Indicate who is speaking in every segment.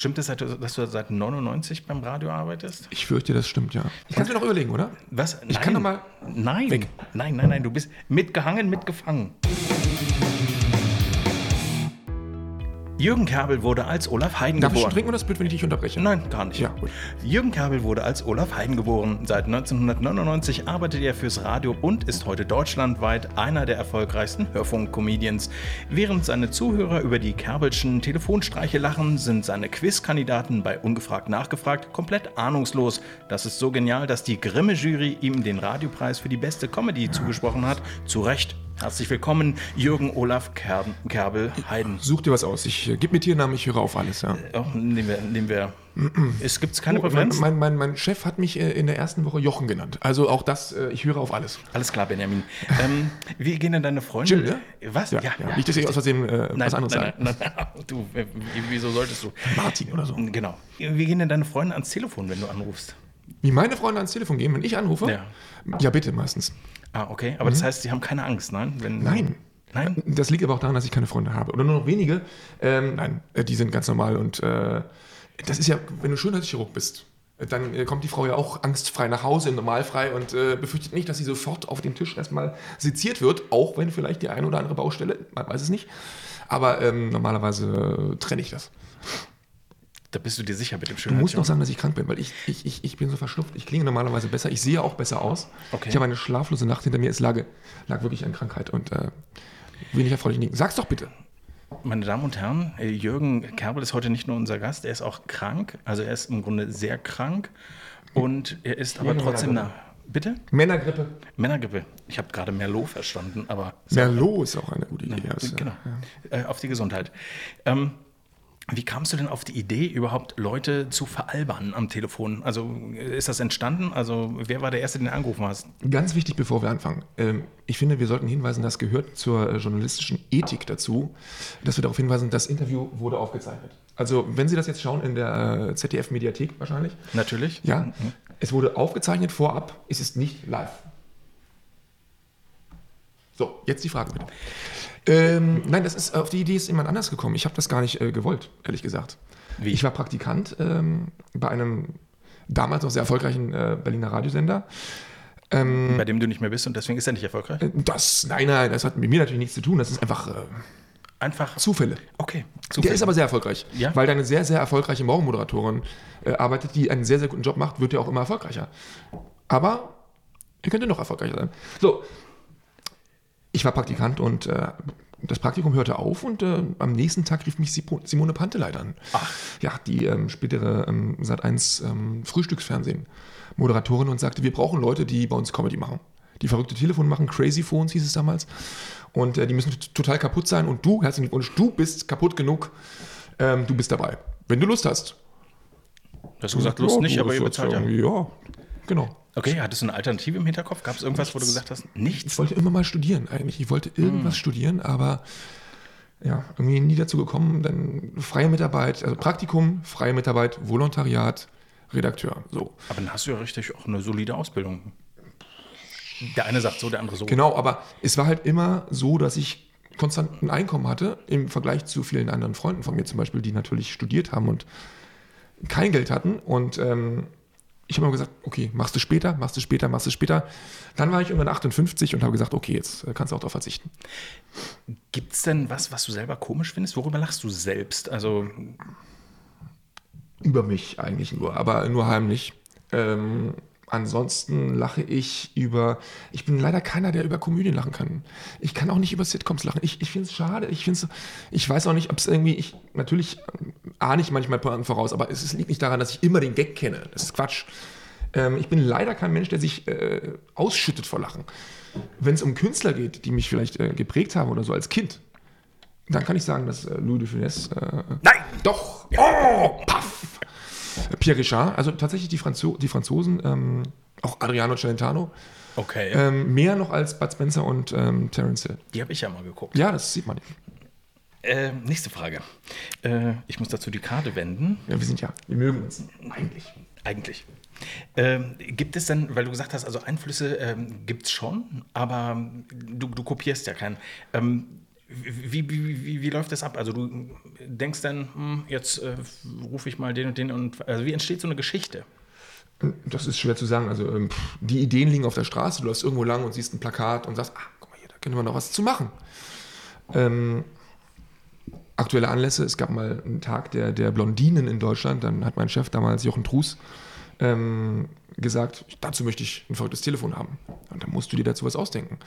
Speaker 1: Stimmt es, dass du dass du seit 99 beim Radio arbeitest?
Speaker 2: Ich fürchte, das stimmt, ja. Ich kann es mir noch überlegen, oder?
Speaker 1: Was?
Speaker 2: Ich kann doch mal
Speaker 1: Nein.
Speaker 2: weg.
Speaker 1: Nein, nein, nein. Du bist mitgehangen, mitgefangen. Jürgen Kerbel wurde als Olaf Haydn
Speaker 2: Darf ich schon
Speaker 1: geboren.
Speaker 2: trinken oder das blöd, wenn ich dich unterbreche?
Speaker 1: Nein, gar nicht.
Speaker 2: Ja, gut.
Speaker 1: Jürgen Kerbel wurde als Olaf Haydn geboren. Seit 1999 arbeitet er fürs Radio und ist heute deutschlandweit einer der erfolgreichsten Hörfunkcomedians. Während seine Zuhörer über die Kerbelschen Telefonstreiche lachen, sind seine Quizkandidaten bei Ungefragt Nachgefragt komplett ahnungslos. Das ist so genial, dass die Grimme-Jury ihm den Radiopreis für die beste Comedy zugesprochen hat. Zu Recht. Herzlich willkommen, Jürgen Olaf Kerb Kerbel Haydn.
Speaker 2: Such dir was aus. Ich äh, gib mir Tiernamen, ich höre auf alles, ja. Oh,
Speaker 1: Oh, nehmen wir, nehmen wir. Es gibt keine
Speaker 2: Mein,
Speaker 1: Präferenz.
Speaker 2: mein, mein, mein Chef hat mich äh, in der ersten Woche Jochen genannt. Also auch das, äh, ich höre auf alles.
Speaker 1: Alles klar, Benjamin. ähm, wie gehen denn deine Freunde?
Speaker 2: Jill, ne?
Speaker 1: Äh, Was?
Speaker 2: Ja, ja, Nicht, dass ich aus Versehen äh,
Speaker 1: Nein,
Speaker 2: was anderes
Speaker 1: nein,
Speaker 2: sage.
Speaker 1: nein, nein, Du, äh, wieso solltest du?
Speaker 2: Martin oder so.
Speaker 1: Genau. Wie gehen denn deine Freunde ans Telefon, wenn du anrufst?
Speaker 2: Wie meine Freunde ans Telefon gehen, wenn ich anrufe?
Speaker 1: Ja.
Speaker 2: ja bitte, meistens.
Speaker 1: Ah, okay. Aber das heißt, sie haben keine Angst, nein? Wenn,
Speaker 2: Mhm. Nein.
Speaker 1: Nein?
Speaker 2: Das liegt aber auch daran, dass ich keine Freunde habe. Oder nur noch wenige. Ähm, nein, äh, die sind ganz normal. Und äh, das ist ja, wenn du Schönheitschirurg bist, äh, dann äh, kommt die Frau ja auch angstfrei nach Hause, normalfrei und äh, befürchtet nicht, dass sie sofort auf dem Tisch erstmal seziert wird, auch wenn vielleicht die eine oder andere Baustelle, man weiß es nicht. Aber ähm, normalerweise äh, trenne ich das.
Speaker 1: Da bist du dir sicher mit dem
Speaker 2: Du
Speaker 1: schönen
Speaker 2: musst noch sagen, dass ich krank bin, weil ich, ich, ich, ich bin so verschnupft. Ich klinge normalerweise besser. Ich sehe auch besser aus.
Speaker 1: Okay.
Speaker 2: Ich habe eine schlaflose Nacht hinter mir. Es lag, lag wirklich an Krankheit und äh, wenig erfreulichen Dingen. Sag's doch bitte.
Speaker 1: Meine Damen und Herren, äh, Jürgen Kerbel ist heute nicht nur unser Gast, er ist auch krank. Also er ist im Grunde sehr krank. Und er ist aber
Speaker 2: Jürgen
Speaker 1: trotzdem
Speaker 2: Männergrippe.
Speaker 1: nah. Bitte?
Speaker 2: Männergrippe.
Speaker 1: Männergrippe. Ich habe gerade Merlot verstanden, aber
Speaker 2: Merlot ist auch eine gute Idee. Ja, ist, äh,
Speaker 1: Genau. Äh, auf die Gesundheit. Ähm, wie kamst du denn auf die Idee, überhaupt Leute zu veralbern am Telefon? Also äh, ist das entstanden? Also wer war der Erste, den du angerufen hast?
Speaker 2: Ganz wichtig, bevor wir anfangen. Ähm, ich finde, wir sollten hinweisen, das gehört zur äh, journalistischen Ethik dazu, dass wir darauf hinweisen, das Interview wurde aufgezeichnet. Also, wenn Sie das jetzt schauen in der äh, ZDF-Mediathek wahrscheinlich,
Speaker 1: Natürlich.
Speaker 2: ja, es wurde aufgezeichnet vorab, es ist nicht live. So, jetzt die Frage bitte. Ähm, nein, das ist, auf die Idee ist jemand anders gekommen. Ich habe das gar nicht äh, gewollt, ehrlich gesagt.
Speaker 1: Wie?
Speaker 2: Ich war Praktikant ähm, bei einem damals noch sehr erfolgreichen äh, Berliner Radiosender.
Speaker 1: Bei dem du nicht mehr bist und deswegen ist er nicht erfolgreich.
Speaker 2: hm. Äh, Das, nein, nein, das hat mit mir natürlich nichts zu tun. Das ist einfach äh,
Speaker 1: Einfach.
Speaker 2: Zufälle.
Speaker 1: Okay.
Speaker 2: Der ist aber sehr erfolgreich,
Speaker 1: Ja?
Speaker 2: weil da eine sehr, sehr erfolgreiche Morgenmoderatorin äh, arbeitet, die einen sehr, sehr guten Job macht, wird ja auch immer erfolgreicher. Aber er könnte noch erfolgreicher sein. So, ich war Praktikant und äh, das Praktikum hörte auf und äh, am nächsten Tag rief mich Sipo- Simone Panteleit an.
Speaker 1: Ach.
Speaker 2: Ja, die ähm, spätere ähm, Sat1 ähm, Frühstücksfernsehen Moderatorin und sagte, wir brauchen Leute, die bei uns Comedy machen. Die verrückte Telefon machen, Crazy Phones hieß es damals. Und äh, die müssen t- total kaputt sein und du, herzlichen Glückwunsch, du bist kaputt genug, ähm, du bist dabei. Wenn du Lust hast.
Speaker 1: Hast du gesagt, Lust
Speaker 2: Ja,
Speaker 1: nicht,
Speaker 2: du,
Speaker 1: aber
Speaker 2: das
Speaker 1: ihr
Speaker 2: ist
Speaker 1: bezahlt ja.
Speaker 2: irgendwie- Ja, genau.
Speaker 1: Okay, hattest du eine Alternative im Hinterkopf? Gab es irgendwas, wo du gesagt hast, nichts?
Speaker 2: Ich wollte immer mal studieren eigentlich. Ich wollte irgendwas
Speaker 1: Hm.
Speaker 2: studieren, aber ja, irgendwie nie dazu gekommen. Dann freie Mitarbeit, also Praktikum, freie Mitarbeit, Volontariat, Redakteur. So.
Speaker 1: Aber dann hast du ja richtig auch eine solide Ausbildung. Der eine sagt so, der andere so.
Speaker 2: Genau, aber es war halt immer so, dass ich konstant ein Einkommen hatte im Vergleich zu vielen anderen Freunden von mir zum Beispiel, die natürlich studiert haben und kein Geld hatten. Und ähm, ich habe immer gesagt, okay, machst du später, machst du später, machst du später. Dann war ich irgendwann 58 und habe gesagt, okay, jetzt äh, kannst du auch darauf verzichten.
Speaker 1: Gibt es denn was, was du selber komisch findest? Worüber lachst du selbst? Also
Speaker 2: über mich eigentlich nur, aber nur heimlich. Ähm, ansonsten lache ich über. Ich bin leider keiner, der über Komödien lachen kann. Ich kann auch nicht über Sitcoms lachen. Ich, ich finde es schade. Ich finde Ich weiß auch nicht, ob es irgendwie. Ich, natürlich ähm, ahne ich manchmal Pointen voraus, aber es, es liegt nicht daran, dass ich immer den Gag kenne. Das ist Quatsch. Ähm, ich bin leider kein Mensch, der sich äh, ausschüttet vor Lachen. Wenn es um Künstler geht, die mich vielleicht äh, geprägt haben oder so als Kind, dann kann ich sagen, dass äh, Louis de Funès äh,
Speaker 1: Nein!
Speaker 2: doch. Oh, paff. Pierre Richard, also tatsächlich die, Franzo die Franzosen, ähm, auch Adriano Celentano,
Speaker 1: Okay,
Speaker 2: ähm, mehr noch als Bud Spencer und ähm, Terence Hill.
Speaker 1: die habe ich ja mal geguckt.
Speaker 2: Ja, das sieht man.
Speaker 1: Äh, nächste Frage. Äh, ich muss dazu die Karte wenden.
Speaker 2: Ja, wir sind ja, wir mögen uns eigentlich.
Speaker 1: Eigentlich. Ähm, gibt es denn, weil du gesagt hast, also Einflüsse ähm, gibt es schon, aber du, du kopierst ja keinen. Ähm, Wie, wie, wie, wie läuft das ab? Also du denkst dann, hm, jetzt äh, rufe ich mal den und den und also wie entsteht so eine Geschichte?
Speaker 2: Das ist schwer zu sagen. Also ähm, pff, die Ideen liegen auf der Straße, du läufst irgendwo lang und siehst ein Plakat und sagst, ah, guck mal hier, da können wir noch was zu machen. Ähm, aktuelle Anlässe, es gab mal einen Tag der, der Blondinen in Deutschland, dann hat mein Chef damals, Jochen Truß, ähm, gesagt, dazu möchte ich ein verrücktes Telefon haben. Und dann musst du dir dazu was ausdenken.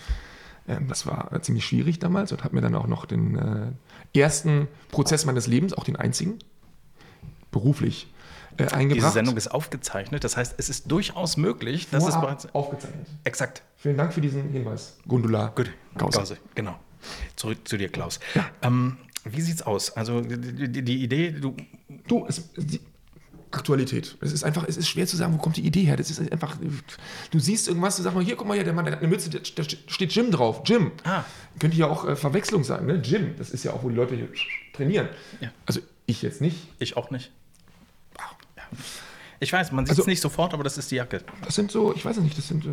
Speaker 2: Ähm, das war ziemlich schwierig damals und hat mir dann auch noch den äh, ersten Prozess meines Lebens, auch den einzigen, beruflich äh, eingebracht.
Speaker 1: Diese Sendung ist aufgezeichnet, das heißt, es ist durchaus möglich, dass es
Speaker 2: Vorab
Speaker 1: bereits.
Speaker 2: aufgezeichnet.
Speaker 1: Exakt.
Speaker 2: Vielen Dank für diesen Hinweis. Gundula.
Speaker 1: Gut,
Speaker 2: Gause.
Speaker 1: Gause, genau. Zurück zu dir, Klaus. Ähm, wie sieht's aus? Also die, die- die Idee, du,
Speaker 2: Du, es, die Aktualität. Es ist einfach, es ist schwer zu sagen, wo kommt die Idee her. Das ist einfach, du siehst irgendwas, du sagst mal, hier, guck mal hier, der Mann, der hat eine Mütze, da da steht Jim drauf. Jim.
Speaker 1: Ah.
Speaker 2: Könnte ja auch äh, Verwechslung sein, ne? Jim. Das ist ja auch, wo die Leute hier trainieren.
Speaker 1: Ja.
Speaker 2: Also ich jetzt nicht.
Speaker 1: ich auch nicht. Ja. Ich weiß, man sieht es
Speaker 2: Also-
Speaker 1: nicht sofort, aber das ist die Jacke.
Speaker 2: Das sind so, ich weiß es nicht, das sind. äh,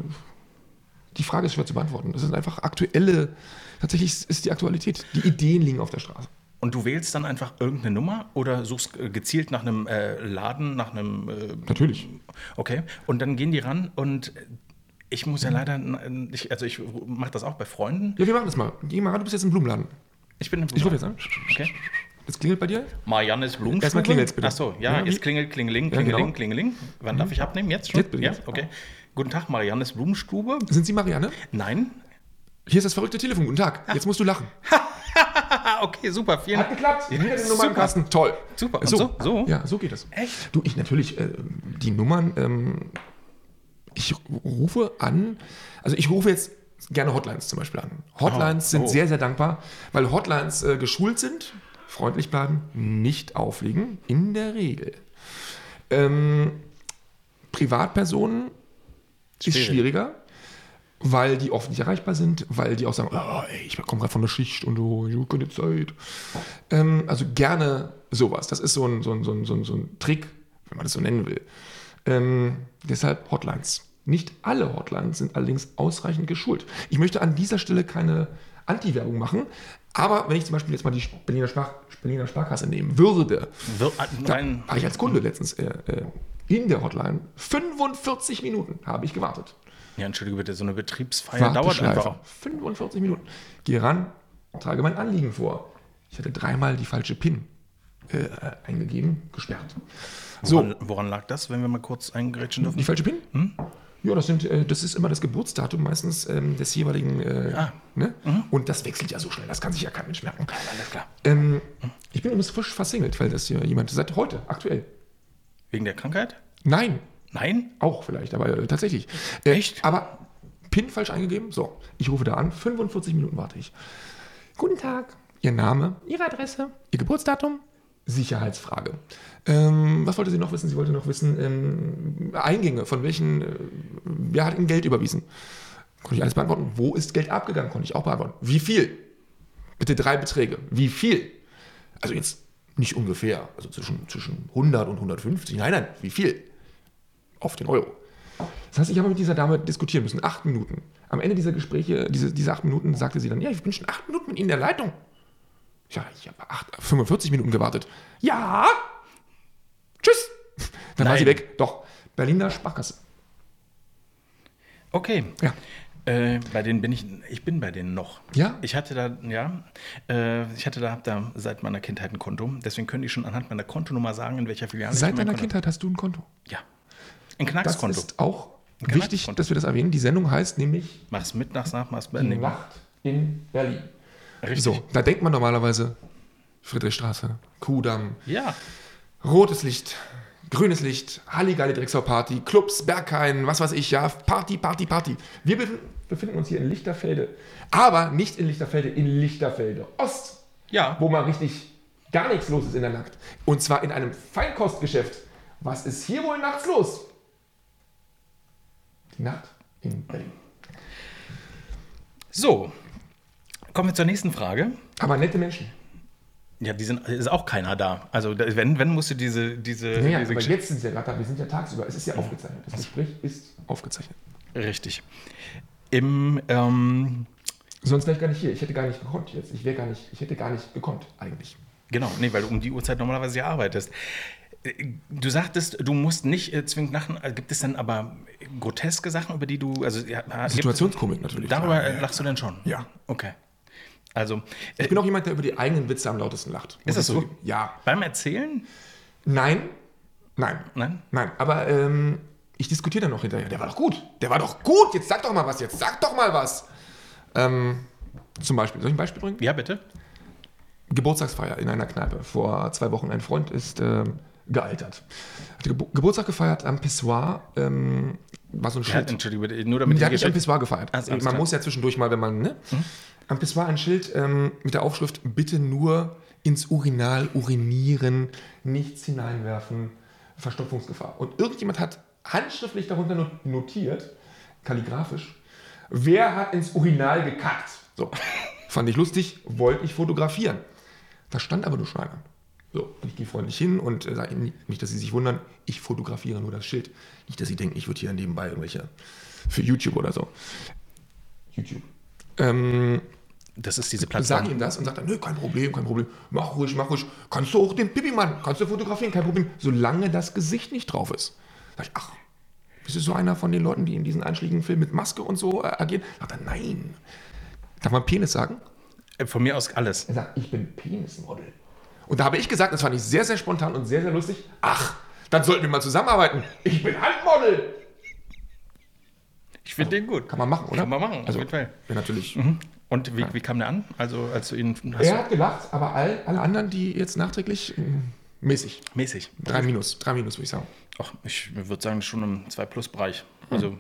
Speaker 2: Die Frage ist schwer zu beantworten. Das sind einfach aktuelle, tatsächlich ist- ist die Aktualität. Die Ideen liegen auf der Straße.
Speaker 1: Und du wählst dann einfach irgendeine Nummer oder suchst äh, gezielt nach einem äh, Laden, nach einem. Äh,
Speaker 2: Natürlich.
Speaker 1: okay. Und dann gehen die ran und ich muss
Speaker 2: Mhm.
Speaker 1: ja leider. n- Ich, also ich mache das auch bei Freunden.
Speaker 2: Ja, wir machen das mal. Geh mal ran, du bist jetzt im Blumenladen.
Speaker 1: Ich bin.
Speaker 2: Ich rufe jetzt an.
Speaker 1: Okay.
Speaker 2: Das klingelt bei dir?
Speaker 1: Mariannes Blumenstube.
Speaker 2: Erstmal klingelt's bitte.
Speaker 1: Ach so, ja,
Speaker 2: Ja, wie-
Speaker 1: jetzt klingelt, klingeling,
Speaker 2: Ja, genau. Mhm.
Speaker 1: klingeling, klingeling. Wann darf ich abnehmen? Jetzt schon?
Speaker 2: Jetzt bitte,
Speaker 1: ja,
Speaker 2: jetzt.
Speaker 1: okay. Guten Tag, Mariannes Blumenstube.
Speaker 2: Sind Sie Marianne?
Speaker 1: Nein.
Speaker 2: Hier ist das verrückte Telefon. Guten Tag. Jetzt musst du lachen.
Speaker 1: Ah, okay, super, vielen
Speaker 2: Hat geklappt.
Speaker 1: Ja,
Speaker 2: Wieder die Nummer
Speaker 1: super.
Speaker 2: im Kasten. Toll.
Speaker 1: Super. Und
Speaker 2: So.
Speaker 1: so? So?
Speaker 2: Ja, so geht das.
Speaker 1: Echt?
Speaker 2: Du, ich natürlich, äh, die Nummern, ähm, ich rufe an, also ich rufe jetzt gerne Hotlines zum Beispiel an. Hotlines
Speaker 1: Ah,
Speaker 2: sind
Speaker 1: oh.
Speaker 2: sehr, sehr dankbar, weil Hotlines äh, geschult sind, freundlich bleiben, nicht auflegen, in der Regel. Ähm, Privatpersonen ist
Speaker 1: Schwierig.
Speaker 2: schwieriger, weil die oft nicht erreichbar sind, weil die auch sagen, oh, ey, ich komme gerade von der Schicht und oh, ich habe keine Zeit. Ähm, also gerne sowas. Das ist so ein, so, ein, so, ein, so, ein, so ein Trick, wenn man das so nennen will. Ähm, deshalb Hotlines. Nicht alle Hotlines sind allerdings ausreichend geschult. Ich möchte an dieser Stelle keine Anti-Werbung machen, aber wenn ich zum Beispiel jetzt mal die Berliner, Spar Berliner Sparkasse nehmen würde,
Speaker 1: Wir, ah, nein.
Speaker 2: war ich als Kunde letztens äh, äh, in der Hotline. 45 Minuten habe ich gewartet.
Speaker 1: Ja, entschuldige bitte, so eine Betriebsfeier dauert
Speaker 2: Warteschleife.
Speaker 1: einfach.
Speaker 2: 45 Minuten. Gehe ran, trage mein Anliegen vor. Ich hatte dreimal die falsche PIN äh, eingegeben, gesperrt. So,
Speaker 1: Woran, woran lag das, wenn wir mal kurz eingrätschen
Speaker 2: die
Speaker 1: dürfen?
Speaker 2: falsche PIN?
Speaker 1: Hm?
Speaker 2: Ja, das, sind, äh, das ist immer das Geburtsdatum meistens ähm, des jeweiligen. Äh,
Speaker 1: Ah.
Speaker 2: ne? Und das wechselt ja so schnell, das kann sich ja kein Mensch merken.
Speaker 1: Alles klar.
Speaker 2: Ähm, ich bin übrigens frisch versingelt, weil das hier jemand seit heute, aktuell. Mhm.
Speaker 1: Wegen der Krankheit?
Speaker 2: Nein,
Speaker 1: Nein?
Speaker 2: Auch vielleicht, aber äh, tatsächlich. Äh,
Speaker 1: Echt?
Speaker 2: Aber PIN falsch eingegeben? So, ich rufe da an, 45 Minuten warte ich. Guten Tag, Ihr Name, Ihre Adresse, Ihr Geburtsdatum, Sicherheitsfrage. Ähm, was wollte sie noch wissen? Sie wollte noch wissen, ähm, Eingänge, von welchen, äh, wer hat Ihnen Geld überwiesen? Konnte ich alles beantworten. Wo ist Geld abgegangen? Konnte ich auch beantworten. Wie viel? Bitte drei Beträge. Wie viel? Also jetzt nicht ungefähr, also zwischen, zwischen 100 und 150. Nein, nein, wie viel? auf den Euro. Das heißt, ich habe mit dieser Dame diskutieren müssen, acht Minuten. Am Ende dieser Gespräche, diese, diese acht Minuten, sagte sie dann, ja, ich bin schon acht Minuten mit Ihnen in der Leitung. Ja, ich habe acht, 45 Minuten gewartet. Ja! Tschüss! Dann war
Speaker 1: Nein.
Speaker 2: sie weg. Doch, Berliner Sparkasse.
Speaker 1: Okay.
Speaker 2: Ja.
Speaker 1: Äh, bei denen bin ich, ich bin bei denen noch.
Speaker 2: Ja?
Speaker 1: Ich hatte da, ja, äh, ich hatte da, hab da seit meiner Kindheit ein Konto. Deswegen können die schon anhand meiner Kontonummer sagen, in welcher Filiale ich
Speaker 2: Seit
Speaker 1: mein
Speaker 2: deiner
Speaker 1: Konto-
Speaker 2: Kindheit hast du ein Konto.
Speaker 1: Ja. Ein
Speaker 2: Das
Speaker 1: Knackskonto.
Speaker 2: ist auch
Speaker 1: Kein
Speaker 2: wichtig,
Speaker 1: Konto.
Speaker 2: dass wir das erwähnen. Die Sendung heißt nämlich
Speaker 1: Mach's mit nach nach, mach's bei
Speaker 2: Die
Speaker 1: nee,
Speaker 2: Nacht in Berlin.
Speaker 1: Richtig.
Speaker 2: So, da denkt man normalerweise Friedrichstraße, Kudamm,
Speaker 1: Ja.
Speaker 2: Rotes Licht, grünes Licht, Halligalli Drecksau Party, Clubs, Berghain, was weiß ich, ja, Party, Party, Party. Wir bef- befinden uns hier in Lichterfelde, aber nicht in Lichterfelde, in Lichterfelde Ost,
Speaker 1: Ja.
Speaker 2: wo mal richtig gar nichts los ist in der Nacht. Und zwar in einem Feinkostgeschäft. Was ist hier wohl nachts los? Die Nacht in Berlin.
Speaker 1: So. Kommen wir zur nächsten Frage.
Speaker 2: Aber nette Menschen.
Speaker 1: Ja, die sind, ist auch keiner da. Also da- wenn, wenn musst du diese, diese,
Speaker 2: Naja,
Speaker 1: diese
Speaker 2: aber
Speaker 1: Gesch-
Speaker 2: jetzt sind wir ja gerade, da, wir sind ja tagsüber, es ist ja aufgezeichnet. Das Gespräch ist aufgezeichnet.
Speaker 1: Richtig. Im, ähm,
Speaker 2: Sonst wäre ich gar nicht hier. Ich hätte gar nicht gekonnt jetzt. Ich wäre gar nicht, ich hätte gar nicht gekonnt eigentlich.
Speaker 1: Genau, nee, weil du um die Uhrzeit normalerweise ja arbeitest. Äh, Du sagtest, du musst nicht äh, zwingend lachen. Äh, Gibt es denn aber groteske Sachen, über die du. Also, ja, gibt-
Speaker 2: Situationskomik natürlich.
Speaker 1: Darüber
Speaker 2: Ja,
Speaker 1: äh, lachst du denn schon?
Speaker 2: Ja.
Speaker 1: Okay. Also, äh,
Speaker 2: Ich bin auch jemand, der über die eigenen Witze am lautesten lacht. Muss
Speaker 1: das
Speaker 2: ich
Speaker 1: so?
Speaker 2: zugeben. Ja.
Speaker 1: beim Erzählen?
Speaker 2: Nein. Nein.
Speaker 1: Nein?
Speaker 2: Nein. Aber ähm, ich diskutiere dann noch hinterher. Der war doch gut. Der war doch gut. Jetzt sag doch mal was. Jetzt sag doch mal was. Ähm, zum Beispiel. Soll ich ein Beispiel bringen?
Speaker 1: Ja, bitte.
Speaker 2: Geburtstagsfeier in einer Kneipe. Vor zwei Wochen ein Freund ist ähm, gealtert. Hat Gebu- Geburtstag gefeiert am Pissoir. Ähm, war so ein
Speaker 1: Ja,
Speaker 2: Schild.
Speaker 1: Entschuldigung, bitte, nur damit
Speaker 2: Der
Speaker 1: die
Speaker 2: hat nicht am
Speaker 1: Geschichte.
Speaker 2: Pissoir gefeiert.
Speaker 1: Also,
Speaker 2: Äh,
Speaker 1: alles
Speaker 2: man
Speaker 1: klar. Mhm.
Speaker 2: muss ja zwischendurch mal, wenn man, ne? Am Pissoir ein Schild ähm, mit der Aufschrift, bitte nur ins Urinal urinieren, nichts hineinwerfen, Verstopfungsgefahr. Und irgendjemand hat handschriftlich darunter not- notiert, kalligrafisch, wer hat ins Urinal gekackt? So, fand ich lustig, wollte ich fotografieren. Da stand aber nur Schweinern. So, und ich gehe freundlich hin und äh, sage ihnen nicht, dass sie sich wundern, ich fotografiere nur das Schild. Nicht, dass sie denken, ich würde hier nebenbei irgendwelche für YouTube oder so. YouTube. Ähm,
Speaker 1: Das ist diese
Speaker 2: sag
Speaker 1: Plattform.
Speaker 2: ihm das und sagt dann, nö, kein Problem, kein Problem, mach ruhig, mach ruhig. Kannst du auch den Pipi-Mann, kannst du fotografieren, kein Problem, solange das Gesicht nicht drauf ist. Sag ich, ach, bist du so einer von den Leuten, die in diesen einschlägigen Filmen mit Maske und so äh, agieren? Sagt er, nein. Darf man Penis sagen?
Speaker 1: Äh, Von mir aus alles.
Speaker 2: Er sagt, ich bin Penismodel. Und da habe ich gesagt, das fand ich sehr, sehr spontan und sehr, sehr lustig. Ach, dann sollten wir mal zusammenarbeiten. Ich bin Handmodel.
Speaker 1: Ich finde den gut.
Speaker 2: Kann man machen, oder?
Speaker 1: Kann man machen, auf
Speaker 2: also,
Speaker 1: jeden Fall. Mhm.
Speaker 2: Ja, natürlich.
Speaker 1: Und wie, wie kam der an? Also, als du ihn. Hast
Speaker 2: Er hat gelacht, aber all, alle anderen, die jetzt nachträglich, mm, mäßig.
Speaker 1: du, mäßig.
Speaker 2: Drei Minus, drei Minus, würde ich sagen.
Speaker 1: Ach, ich würde sagen, schon im 2-Plus-Bereich. Also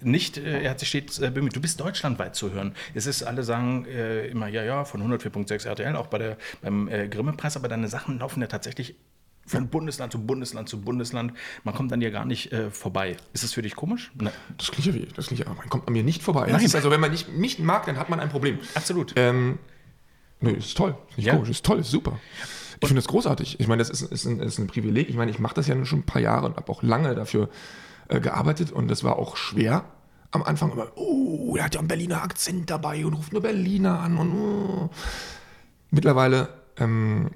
Speaker 1: nicht, äh, er hat sich stets äh, bemüht. Du bist deutschlandweit zu hören. Es ist, alle sagen äh, immer, ja, ja, von 104.6 RTL, auch bei der, beim äh, Grimme-Preis, aber deine Sachen laufen ja tatsächlich von Bundesland zu Bundesland zu Bundesland. Man kommt an dir gar nicht äh, vorbei. Ist es für dich komisch? Nein.
Speaker 2: Das klingt ja wie, das klingt ja, man kommt an mir nicht vorbei. Das
Speaker 1: Nein.
Speaker 2: Ist also, wenn man nicht, mich mag, dann hat man ein Problem.
Speaker 1: Absolut.
Speaker 2: Ähm, nee, ist toll. Ist nicht
Speaker 1: Ja.
Speaker 2: komisch, ist toll, ist super. Ich finde das großartig. Ich meine, das ist, ist, ein, ist ein Privileg. Ich meine, ich mache das ja nun schon ein paar Jahre und habe auch lange dafür äh, gearbeitet und das war auch schwer. Am Anfang immer, oh, der hat ja einen Berliner Akzent dabei und ruft nur Berliner an und oh. Mittlerweile ähm,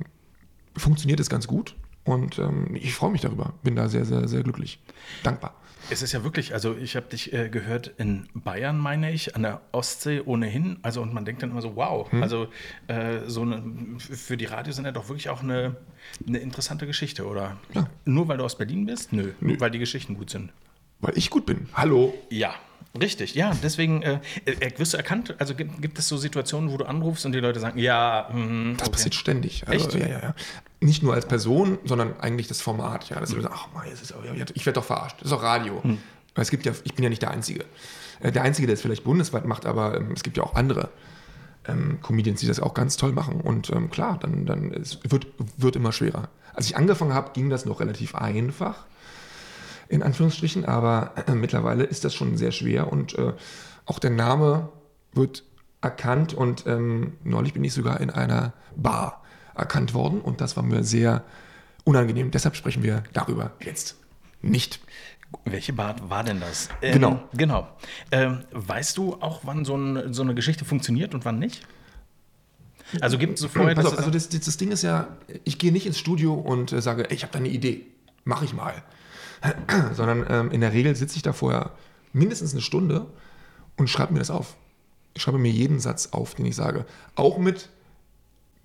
Speaker 2: funktioniert es ganz gut und ähm, ich freue mich darüber. Bin da sehr, sehr, sehr glücklich. Dankbar.
Speaker 1: Es ist ja wirklich, also ich habe dich äh, gehört in Bayern, meine ich, an der Ostsee ohnehin. Also und man denkt dann immer so, wow,
Speaker 2: Hm.
Speaker 1: also äh, so eine, für die Radiosender doch wirklich auch eine, eine interessante Geschichte, oder?
Speaker 2: Ja.
Speaker 1: Nur weil du aus Berlin bist? Nö, weil die Geschichten gut sind.
Speaker 2: Weil ich gut bin. Hallo.
Speaker 1: Ja, richtig. Ja, deswegen äh, äh, wirst du erkannt. Also gibt, gibt es so Situationen, wo du anrufst und die Leute sagen, ja, mm,
Speaker 2: Das passiert ständig. Also,
Speaker 1: Echt?
Speaker 2: Ja, ja, ja. Nicht nur als Person, sondern eigentlich das Format. Ja, das ist, ach Mann, es ist, aber- ich werde doch verarscht. Das ist doch Radio. Weil Es gibt ja, ich bin ja nicht der Einzige. Äh, Der Einzige, der es vielleicht bundesweit macht, aber ähm, es gibt ja auch andere ähm, Comedians, die das auch ganz toll machen. Und ähm, klar, dann, dann es wird, wird immer schwerer. Als ich angefangen habe, ging das noch relativ einfach, in Anführungsstrichen, aber äh, mittlerweile ist das schon sehr schwer und äh, auch der Name wird erkannt und ähm, neulich bin ich sogar in einer Bar erkannt worden und das war mir sehr unangenehm. Deshalb sprechen wir darüber jetzt nicht.
Speaker 1: welche Bart war denn das? Ähm,
Speaker 2: Genau.
Speaker 1: Genau. Ähm, weißt du auch, wann so, ein, so eine Geschichte funktioniert und wann nicht? Also gibt es so vorher,
Speaker 2: Pass
Speaker 1: dass du
Speaker 2: auf, also das, das, das Ding ist ja, ich gehe nicht ins Studio und äh, sage, ey, ich habe da eine Idee, mache ich mal. Sondern ähm, in der Regel sitze ich da vorher mindestens eine Stunde und schreibe mir das auf. Ich schreibe mir jeden Satz auf, den ich sage. Auch mit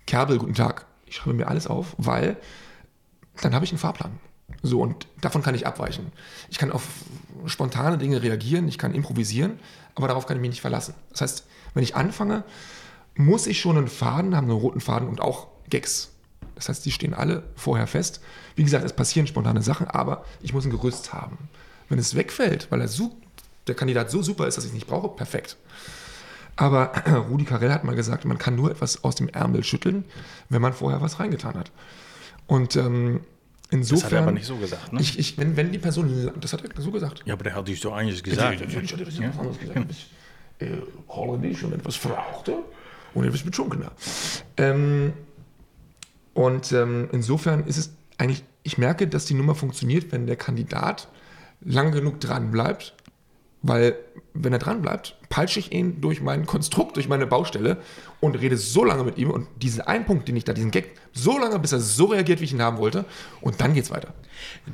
Speaker 2: Kerbel, guten Tag. Ich schreibe mir alles auf, weil dann habe ich einen Fahrplan. So, und davon kann ich abweichen. Ich kann auf spontane Dinge reagieren, ich kann improvisieren, aber darauf kann ich mich nicht verlassen. Das heißt, wenn ich anfange, muss ich schon einen Faden haben, einen roten Faden und auch Gags. Das heißt, die stehen alle vorher fest. Wie gesagt, es passieren spontane Sachen, aber ich muss ein Gerüst haben. Wenn es wegfällt, weil er so, der Kandidat so super ist, dass ich es nicht brauche, perfekt. Aber Rudi Carell hat mal gesagt, man kann nur etwas aus dem Ärmel schütteln, wenn man vorher was reingetan hat. Und ähm, insofern.
Speaker 1: Das hat er aber nicht so gesagt, ne?
Speaker 2: Ich, ich, wenn, wenn die Person. la- Das hat er so gesagt.
Speaker 1: ja, aber der hat dich doch eigentlich gesagt.
Speaker 2: Natürlich hat er das etwas anderes gesagt. Ein bisschen, äh, holländisch und etwas verrauchter und etwas betrunkener. Ähm, und ähm, insofern ist es eigentlich, ich merke, dass die Nummer funktioniert, wenn der Kandidat lange genug dran bleibt, Weil, wenn er dran bleibt, peitsche ich ihn durch mein Konstrukt, durch meine Baustelle und rede so lange mit ihm und diesen einen Punkt, den ich da, diesen Gag, so lange, bis er so reagiert, wie ich ihn haben wollte. Und dann geht's weiter.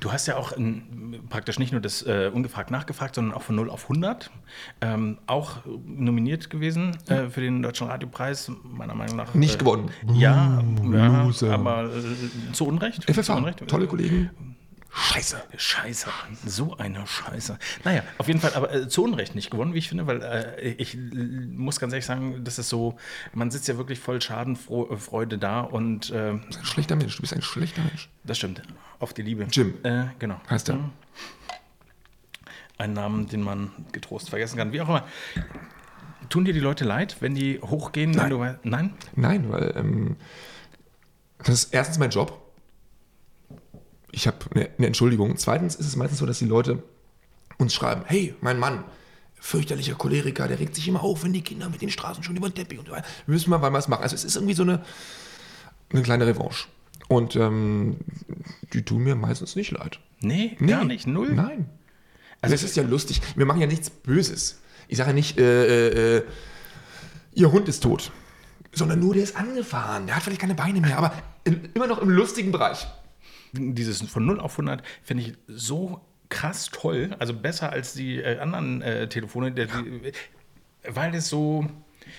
Speaker 1: Du hast ja auch ähm, praktisch nicht nur das äh, ungefragt nachgefragt, sondern auch von 0 auf 100. Ähm, auch nominiert gewesen äh, für den Deutschen Radiopreis, meiner Meinung nach.
Speaker 2: Nicht
Speaker 1: äh,
Speaker 2: gewonnen.
Speaker 1: Ja, ja
Speaker 2: Loser.
Speaker 1: aber äh, zu Unrecht. zu
Speaker 2: FFH,
Speaker 1: Unrecht.
Speaker 2: tolle Kollegen. Scheiße.
Speaker 1: Scheiße, so eine Scheiße. Naja, auf jeden Fall, aber äh, zu Unrecht nicht gewonnen, wie ich finde, weil äh, ich äh, muss ganz ehrlich sagen, das ist so, man sitzt ja wirklich voll Schadenfreude da und äh,
Speaker 2: Du bist ein schlechter Mensch. Du bist ein schlechter Mensch.
Speaker 1: das stimmt. Auf die Liebe.
Speaker 2: Jim.
Speaker 1: Äh, genau.
Speaker 2: Heißt er.
Speaker 1: Ein Namen, den man getrost vergessen kann. Wie auch immer. Tun dir die Leute leid, wenn die hochgehen? Nein. Wenn du, wei- nein?
Speaker 2: Nein, weil ähm, das ist erstens mein Job. Ich habe eine eine Entschuldigung. Zweitens ist es meistens so, dass die Leute uns schreiben: Hey, mein Mann, fürchterlicher Choleriker, der regt sich immer auf, wenn die Kinder mit den Straßen schon über den Teppich und so weiter. Wir müssen mal was machen. Also, es ist irgendwie so eine, eine kleine Revanche. Und ähm, die tun mir meistens nicht leid.
Speaker 1: Nee, gar nicht. Null.
Speaker 2: Nein.
Speaker 1: Also-
Speaker 2: Also es ist ja lustig. Wir machen ja nichts Böses. Ich sage ja nicht, äh, äh, äh, ihr Hund ist tot. Sondern nur, der ist angefahren. Der hat vielleicht keine Beine mehr, aber in, immer noch im lustigen Bereich.
Speaker 1: dieses von 0 auf 100 finde ich so krass toll. Also besser als die äh, anderen äh, Telefone, der, die, weil es so.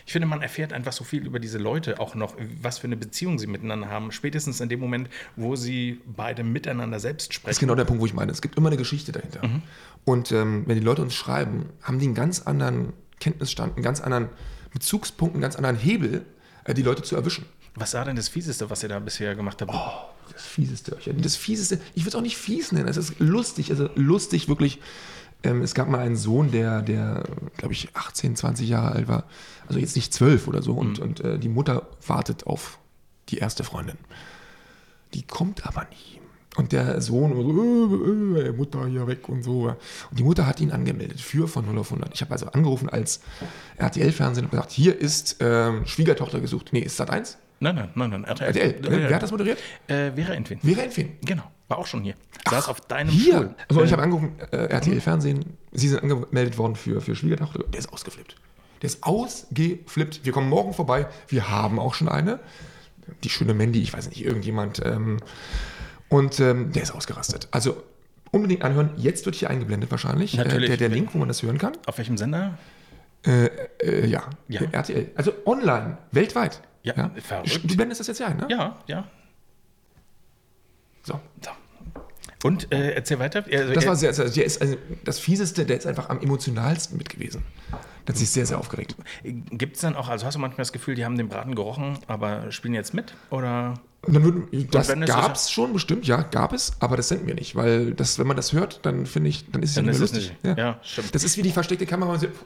Speaker 1: Ich finde, man erfährt einfach so viel über diese Leute auch noch, was für eine Beziehung sie miteinander haben. Spätestens in dem Moment, wo sie beide miteinander selbst
Speaker 2: Das ist
Speaker 1: sprechen.
Speaker 2: genau der Punkt, wo ich meine. Es gibt immer eine Geschichte dahinter.
Speaker 1: Mhm.
Speaker 2: Und ähm, wenn die Leute uns schreiben, haben die einen ganz anderen Kenntnisstand, einen ganz anderen Bezugspunkt, einen ganz anderen Hebel, äh, die Leute zu erwischen.
Speaker 1: Was war denn das Fieseste, was ihr da bisher gemacht habt?
Speaker 2: Das fieseste Öhrchen. Das fieseste, ich würde es auch nicht fies nennen. Es ist lustig, also lustig wirklich. Ähm, es gab mal einen Sohn, der, der glaube ich, 18, 20 Jahre alt war. Also jetzt nicht 12 oder so. Und, und äh, die Mutter wartet auf die erste Freundin. Die kommt aber nie. Und der Sohn immer so, äh, äh, Mutter hier weg und so. Und die Mutter hat ihn angemeldet für von 0 auf 100. Ich habe also angerufen als RTL-Fernsehen und gesagt, hier ist ähm, Schwiegertochter gesucht. Nee, ist das eins?
Speaker 1: Nein, nein, nein, nein. RTL.
Speaker 2: RTL. Ne? Wer hat das moderiert?
Speaker 1: Äh, Vera Entwin.
Speaker 2: Vera Entwin.
Speaker 1: Genau, war auch schon hier. Saß auf deinem
Speaker 2: Hier.
Speaker 1: Stuhl.
Speaker 2: Also ich habe angerufen, äh, RTL Fernsehen, Sie sind angemeldet worden für, für Schwiegertochter. Der ist ausgeflippt. Der ist ausgeflippt. Wir kommen morgen vorbei. Wir haben auch schon eine. Die schöne Mandy, ich weiß nicht, irgendjemand. Ähm, und ähm, der ist ausgerastet. Also unbedingt anhören. Jetzt wird hier eingeblendet wahrscheinlich.
Speaker 1: Natürlich.
Speaker 2: Äh, der, der Link, wo man das hören kann.
Speaker 1: Auf welchem Sender?
Speaker 2: Äh, ja.
Speaker 1: Ja.
Speaker 2: RTL. Also online, weltweit.
Speaker 1: Ja, verrückt.
Speaker 2: Du blendest das jetzt hier ein, ne?
Speaker 1: Ja, ja.
Speaker 2: So.
Speaker 1: So. Und äh, erzähl weiter. Also,
Speaker 2: Das
Speaker 1: äh,
Speaker 2: war sehr, sehr, der ist also das Fieseste, der ist einfach am emotionalsten mit gewesen. Da hat sich sehr, sehr aufgeregt.
Speaker 1: Gibt es dann auch, also hast du manchmal das Gefühl, die haben den Braten gerochen, aber spielen jetzt mit? Oder
Speaker 2: Und dann würden, das
Speaker 1: wenn es so-
Speaker 2: gab es schon bestimmt, ja, gab es, aber das senden wir nicht, weil das, wenn man das hört, dann finde ich, dann ist es ja
Speaker 1: Dann
Speaker 2: nicht mehr
Speaker 1: ist es
Speaker 2: lustig.
Speaker 1: nicht. Ja, stimmt.
Speaker 2: Das ist wie die versteckte Kamera. Man sieht, puh,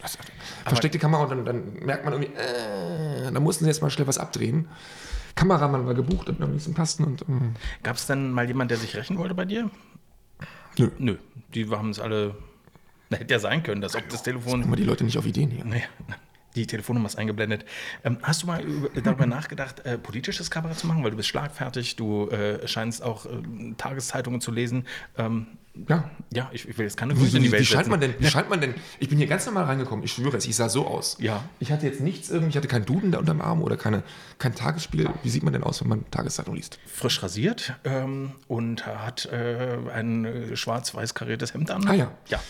Speaker 2: das- versteckte Kamera und dann, dann merkt man irgendwie, äh, da mussten sie jetzt mal schnell was abdrehen. Kameramann war gebucht und irgendwie zum Tasten und mm,
Speaker 1: gab es dann mal jemand, der sich rächen wollte bei dir?
Speaker 2: nö,
Speaker 1: Nö, die haben es alle. Na, hätte ja sein können, dass ob das Telefon.
Speaker 2: immer die Leute nicht auf Ideen hier.
Speaker 1: Naja, die Telefonnummer ist eingeblendet. Ähm, hast du mal über, darüber nachgedacht, äh, politisches Kabarett zu machen? Weil du bist schlagfertig, du äh, scheinst auch ähm, Tageszeitungen zu lesen. Ähm,
Speaker 2: Ja,
Speaker 1: ja, ich, ich will jetzt keine
Speaker 2: Wie,
Speaker 1: Grüße in
Speaker 2: wie,
Speaker 1: die Welt
Speaker 2: wie scheint
Speaker 1: setzen.
Speaker 2: man denn? Wie scheint man denn? Ich bin hier ganz normal reingekommen. Ich schwöre es, ich sah so aus.
Speaker 1: Ja.
Speaker 2: Ich hatte jetzt nichts irgendwie, ich hatte keinen Duden da unterm Arm oder keine, kein Tagesspiel. Wie sieht man denn aus, wenn man Tageszeitung liest?
Speaker 1: Frisch rasiert ähm, und hat äh, ein äh, schwarz-weiß kariertes Hemd an.
Speaker 2: Ah ja.
Speaker 1: Ja.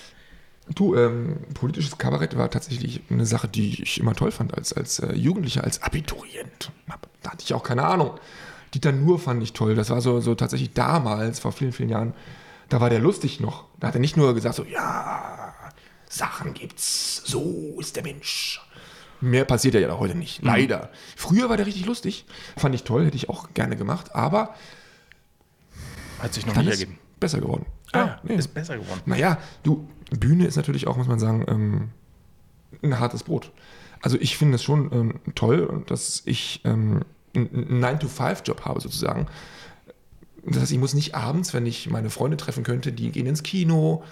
Speaker 2: Du, ähm, politisches Kabarett war tatsächlich eine Sache, die ich immer toll fand als, als äh, Jugendlicher, als Abiturient. Da hatte ich auch keine Ahnung. Dieter Nuhr fand ich toll. Das war so, so tatsächlich damals, vor vielen, vielen Jahren. Da war der lustig noch. Da hat er nicht nur gesagt, so, ja, Sachen gibt's, so ist der Mensch. Mehr passiert ja heute nicht,
Speaker 1: Mhm.
Speaker 2: leider. Früher war der richtig lustig, fand ich toll, hätte ich auch gerne gemacht, aber
Speaker 1: Hat sich noch
Speaker 2: dann
Speaker 1: nicht
Speaker 2: ist
Speaker 1: ergeben.
Speaker 2: besser geworden.
Speaker 1: Ah, ja, ist besser geworden.
Speaker 2: Naja, du, Bühne ist natürlich auch, muss man sagen, ähm, ein hartes Brot. Also ich finde es schon ähm, toll, dass ich ähm, einen 9-to-5-Job habe sozusagen. Das heißt, ich muss nicht abends, wenn ich meine Freunde treffen könnte, die gehen ins Kino,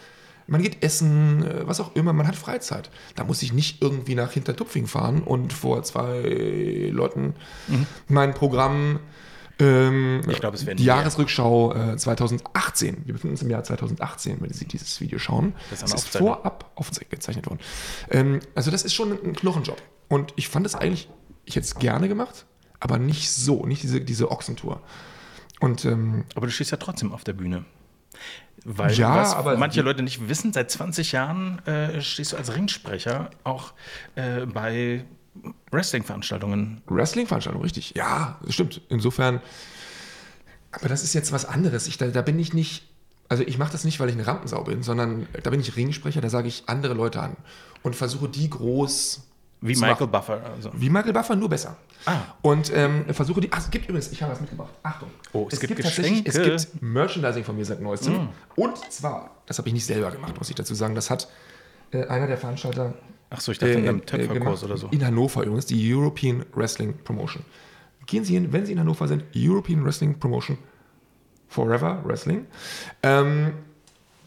Speaker 2: man geht essen, äh, was auch immer, man hat Freizeit. Da muss ich nicht irgendwie nach Hintertupfing fahren und vor zwei Leuten mein Programm Ähm,
Speaker 1: Mhm. Ich glaube, es werden
Speaker 2: die
Speaker 1: mehr.
Speaker 2: Jahresrückschau äh, 2018. Wir befinden uns im Jahr 2018, wenn Sie dieses Video schauen.
Speaker 1: Das
Speaker 2: Das,
Speaker 1: haben wir
Speaker 2: ist
Speaker 1: aufgezeichnet.
Speaker 2: vorab aufgezeichnet worden. Ähm, also das ist schon ein Knochenjob. Und ich fand es eigentlich, ich hätte es gerne gemacht, aber nicht so, nicht diese, diese Ochsentour. Und ähm,
Speaker 1: Aber du stehst ja trotzdem auf der Bühne. Weil
Speaker 2: Ja,
Speaker 1: was
Speaker 2: aber-
Speaker 1: manche Leute nicht wissen, seit 20 Jahren äh, stehst du als Ringsprecher auch äh, bei Wrestling-Veranstaltungen.
Speaker 2: Wrestling-Veranstaltung, richtig. Ja, das stimmt. Insofern, aber das ist jetzt was anderes. Ich, da, da bin ich nicht, also ich mache das nicht, weil ich eine Rampensau bin, sondern da bin ich Ringsprecher, da sage ich andere Leute an und versuche die groß
Speaker 1: Wie
Speaker 2: zu
Speaker 1: Michael
Speaker 2: machen.
Speaker 1: Buffer. Also.
Speaker 2: Wie Michael Buffer, nur besser.
Speaker 1: Ah.
Speaker 2: Und ähm, versuche die. Ach, es gibt übrigens, ich habe was mitgebracht. Achtung.
Speaker 1: Oh, es gibt
Speaker 2: tatsächlich-
Speaker 1: Geschenke. Mm.
Speaker 2: Es gibt Merchandising von mir seit neuestem. Und zwar, das habe ich nicht selber gemacht, muss ich dazu sagen. Das hat äh, einer der Veranstalter.
Speaker 1: Ach so, ich dachte in einem Töpferkurs
Speaker 2: gemacht.
Speaker 1: oder so.
Speaker 2: Äh, genau. In Hannover übrigens, die European Wrestling Promotion. Gehen Sie hin, wenn Sie in Hannover sind, European Wrestling Promotion Forever Wrestling. Ähm,